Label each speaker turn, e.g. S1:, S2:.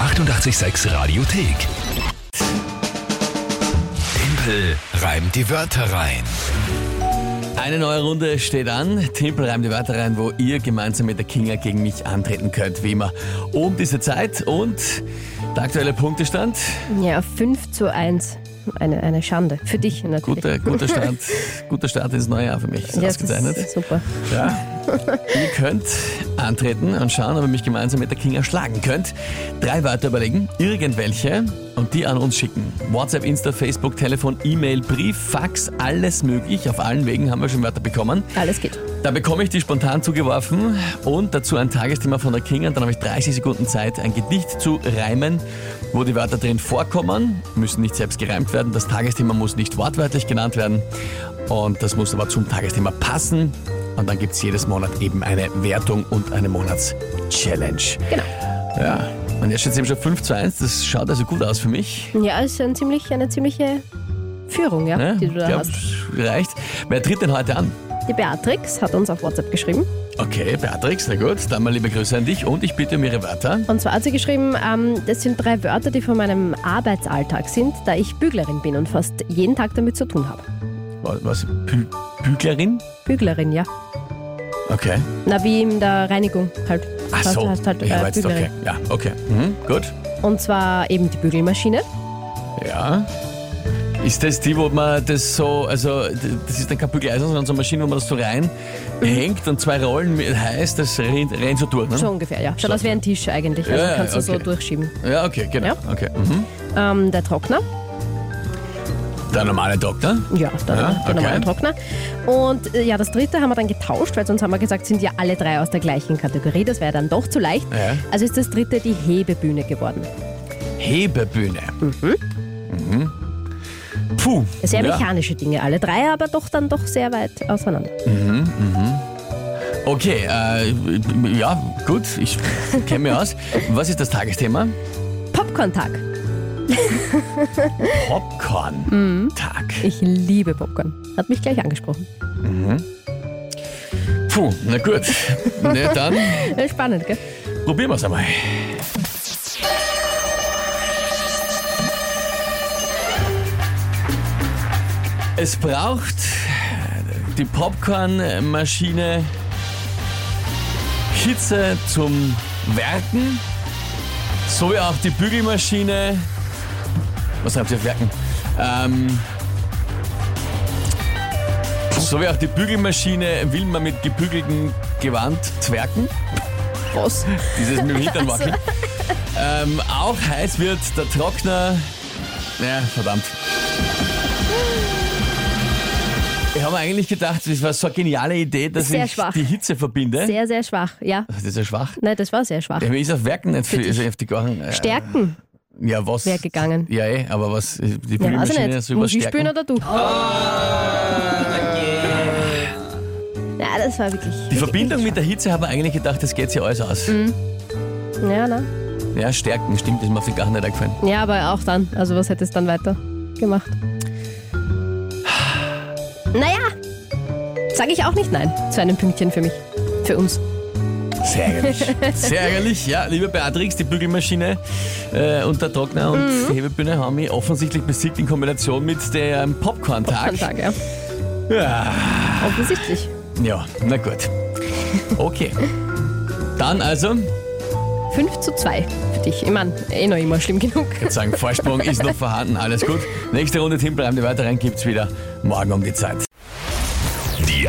S1: 886 Radiothek. Tempel reimt die Wörter rein.
S2: Eine neue Runde steht an. Tempel reimt die Wörter rein, wo ihr gemeinsam mit der Kinga gegen mich antreten könnt, wie immer. Um diese Zeit und der aktuelle Punktestand.
S3: Ja, 5 zu 1. Eine, eine Schande. Für dich natürlich.
S2: Guter, guter Start, guter Start ins neue Jahr für mich. Ist
S3: ja, das
S2: ausgezeichnet.
S3: ist super.
S2: Ja. Ihr könnt antreten und schauen, ob ihr mich gemeinsam mit der Kinga schlagen könnt. Drei Wörter überlegen, irgendwelche, und die an uns schicken. WhatsApp, Insta, Facebook, Telefon, E-Mail, Brief, Fax, alles möglich. Auf allen Wegen haben wir schon Wörter bekommen.
S3: Alles geht.
S2: Da bekomme ich die spontan zugeworfen und dazu ein Tagesthema von der King und dann habe ich 30 Sekunden Zeit, ein Gedicht zu reimen, wo die Wörter drin vorkommen, müssen nicht selbst gereimt werden, das Tagesthema muss nicht wortwörtlich genannt werden und das muss aber zum Tagesthema passen und dann gibt es jedes Monat eben eine Wertung und eine Monatschallenge.
S3: Genau.
S2: Ja, und jetzt steht es eben schon 5 zu 1, das schaut also gut aus für mich.
S3: Ja, ist ja ein ziemlich, eine ziemliche Führung, ja,
S2: Ne?
S3: die du da
S2: Ich glaub,
S3: hast.
S2: reicht. Wer tritt denn heute an?
S3: Die Beatrix hat uns auf WhatsApp geschrieben.
S2: Okay, Beatrix, na gut, dann mal liebe Grüße an dich und ich bitte um ihre Wörter.
S3: Und zwar hat sie geschrieben, ähm, das sind drei Wörter, die von meinem Arbeitsalltag sind, da ich Büglerin bin und fast jeden Tag damit zu tun habe.
S2: Was? was Bü Büglerin?
S3: Büglerin, ja.
S2: Okay.
S3: Na, wie in der Reinigung halt.
S2: Ach
S3: Hast-
S2: so.
S3: hast halt,
S2: ja,
S3: äh,
S2: aber jetzt, okay.
S3: Büglerin.
S2: Ja, okay. Mhm, gut.
S3: Und zwar eben die Bügelmaschine.
S2: Hm. Ja. Ist das die, wo man das so, also d- das ist dann kein Bügeleisen, sondern so eine Maschine, wo man das so rein hängt und zwei Rollen mit heiß, das rennt, rennt so durch, ne?
S3: So ungefähr, ja. Schaut
S2: So.
S3: aus wie ein Tisch eigentlich. Also
S2: Ja, ja,
S3: kannst du so
S2: okay.
S3: durchschieben.
S2: Ja, okay, genau.
S3: Ja.
S2: Okay. Mhm.
S3: Ähm, der Trockner.
S2: Der normale Doktor.
S3: Ja, der,
S2: Ja, okay.
S3: der normale Trockner. Und äh, ja, das dritte haben wir dann getauscht, weil sonst haben wir gesagt, sind ja alle drei aus der gleichen Kategorie. Das wäre dann doch zu leicht.
S2: Ja.
S3: Also ist das dritte die Hebebühne geworden.
S2: Hebebühne. Mhm. Puh.
S3: Sehr
S2: ja.
S3: mechanische Dinge, alle drei, aber doch dann doch sehr weit auseinander.
S2: Okay, äh, ja, gut, ich kenne mich aus. Was ist das Tagesthema?
S3: Popcorn-Tag. Mhm.
S2: Popcorn-Tag.
S3: Ich liebe Popcorn. Hat mich gleich angesprochen.
S2: Puh, na gut. Na dann
S3: Äh, Spannend, gell?
S2: probieren wir es einmal. Es braucht die Popcornmaschine Hitze zum Werken, sowie auch die Bügelmaschine. Was habt ihr auf Werken? Ähm, sowie auch die Bügelmaschine will man mit gebügeltem Gewand zwerken.
S3: Groß.
S2: Dieses mit dem Hintern wackeln. Ähm, auch heiß wird der Trockner. Ja, verdammt. Ich habe mir eigentlich gedacht, das war so eine geniale Idee, dass
S3: Sehr
S2: ich
S3: schwach.
S2: die Hitze verbinde.
S3: Sehr, sehr schwach, ja.
S2: das ist ja schwach.
S3: Nein, das war sehr schwach.
S2: Ja, mir ist auf Werken nicht viel, also auf die Garten, äh,
S3: Stärken
S2: ja, was,
S3: wäre gegangen.
S2: Ja, eh, aber was, die
S3: Ja, weiß
S2: Bügelmaschine
S3: ich
S2: ist
S3: nicht. Muss ich spielen
S2: überstärken.
S3: oder du?
S2: Ah,
S3: Ja, das war wirklich.
S2: Die Verbindung mit der Hitze habe ich eigentlich gedacht, das geht sich alles aus.
S3: Mhm. Ja, na.
S2: Ja, stärken, stimmt, das ist mir auf die Garten nicht eingefallen.
S3: ja, aber auch dann. Also, was hättest du dann weiter gemacht? Naja, sage ich auch nicht nein zu einem Pünktchen für mich. Für uns.
S2: Sehr ärgerlich. Sehr ärgerlich, ja. Liebe Beatrix, die Bügelmaschine äh, und der Trockner und die Hebebühne haben mich offensichtlich besiegt in Kombination mit dem Popcorn-Tag.
S3: Sonntag, ja.
S2: ja.
S3: Offensichtlich.
S2: ja, na gut. Okay. Dann also,
S3: 5 zu 2 für dich. Ich meine, eh noch immer schlimm genug.
S2: ich würde sagen, Vorsprung ist noch vorhanden, alles gut. Nächste Runde Tim bleiben die weiter rein, gibt's wieder morgen um die Zeit.
S1: Die